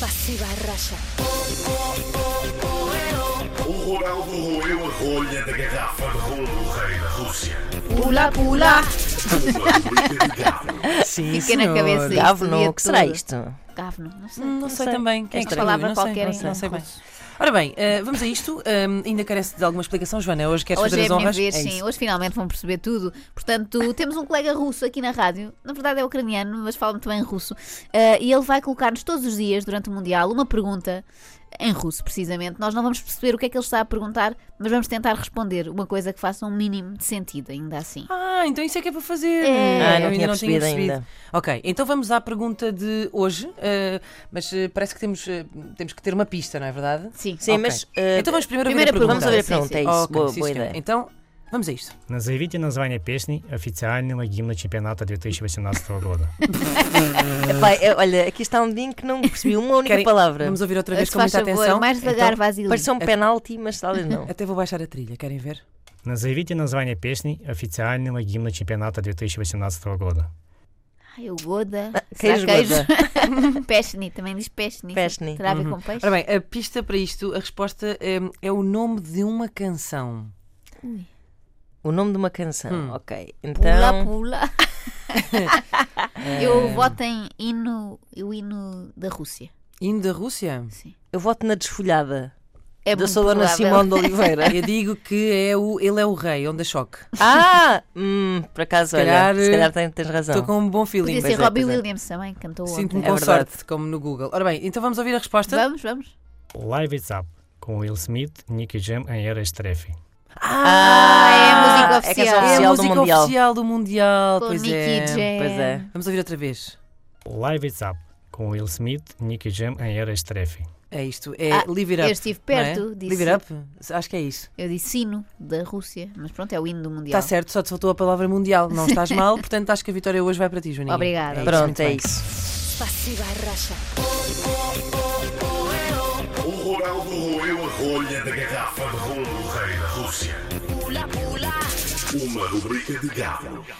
Pasiva raya. O Ronaldo roeu a rolha da garrafa de rolo do rei da Rússia. Pula, pula. Uma briga de gado. Sim, Fiquei na cabeça isto, o Gavno, dia o que será todo. isto? Gavno, não sei. Não sei também. Quem é Esta que escreveu? palavra não sei, qualquer não em sei, não sei bem. Ora bem, eh, vamos a isto. Hum, ainda carece de alguma explicação, Joana? Hoje queres Hoje fazer é as a minha honras? vez, É sim. isso. Hoje finalmente vão perceber tudo. Portanto, temos um colega russo aqui na rádio. Na verdade é ucraniano, mas fala muito bem russo. Ah, e ele vai colocar-nos todos os dias, durante o Mundial, uma pergunta em russo, precisamente. Nós não vamos perceber o que é que ele está a perguntar, mas vamos tentar responder uma coisa que faça um mínimo de sentido, ainda assim. Ah, então isso é que é para fazer. É. Ah, Eu não ainda não tinha tinha percebido percebido. ainda. Ok, então vamos à pergunta de hoje, eh, mas eh, parece que temos, eh, temos que ter uma pista, não é verdade? Sim. Oh, Sim, Ok. mas. eh, Então vamos primeiro primeira ouvir a pergunta. Vamos ouvir a Sim, pergunta, sim. é isso. Ok, boa sim, boa senhora. ideia. Então, vamos a isto. Назовите название песни официального гимна чемпионата 2018 года. Epá, eh, olha, aqui está um dia em que não percebi uma única Querem- palavra. Vamos ouvir outra vez Se com faz muita favor, atenção. mais devagar, Então, Vasily. Pareceu um penalti, mas talvez não. até vou baixar a trilha, querem ver? Назовите название песни официального гимна чемпионата 2018 гоda. um Ai, o Goda. É é queijo Será Peshni, também diz Peshni. Peshni. Terá a ver com peixe? Ora bem, a pista para isto, a resposta eh, é o nome de uma canção. O nome de uma canção. Hum. Ok. Pula, Então. Ehm. pula. Eu voto em hino, o hino da Rússia. Hino da Rússia? Eu voto na desfolhada. É da muito Solana provável. Simão de Oliveira. Eu digo que é o, ele é o rei, onda choque. ah! Hum, por acaso, Se calhar, olha. Se calhar tens, tens razão. Então. Estou com um bom feeling. Podia Pois ser é, Robbie pois é. Williams também, que cantou Sinto-me ontem. É com verdade. sorte, como no Google. Ora bem, então vamos ouvir a resposta? Vamos, vamos. Live It's Up com Will Smith, Nicky Jam e Era Streffy. Ah, é a música é a canção oficial. É a oficial do música Mundial. oficial do Mundial, Com pois Nicky é. Jam. Pois é. Vamos ouvir outra vez. Live It's Up com Will Smith, Nicky Jam e Era Streffy. É isto, é Ah, Live It Up. eu estive não perto é? disso. Live It Up, acho que é isso. Eu disse hino da Rússia, mas pronto, é o hino do Mundial. Tá Está certo, só te faltou a palavra mundial. Não estás mal, portanto acho que a vitória hoje vai para ti, Juninho. Obrigada. É isso, Pronto, muito é bem. isso. Pasiva raya. O Ronaldo roeu a rolha da garrafa de rolo do rei da Rússia. Uma rubrica de gado.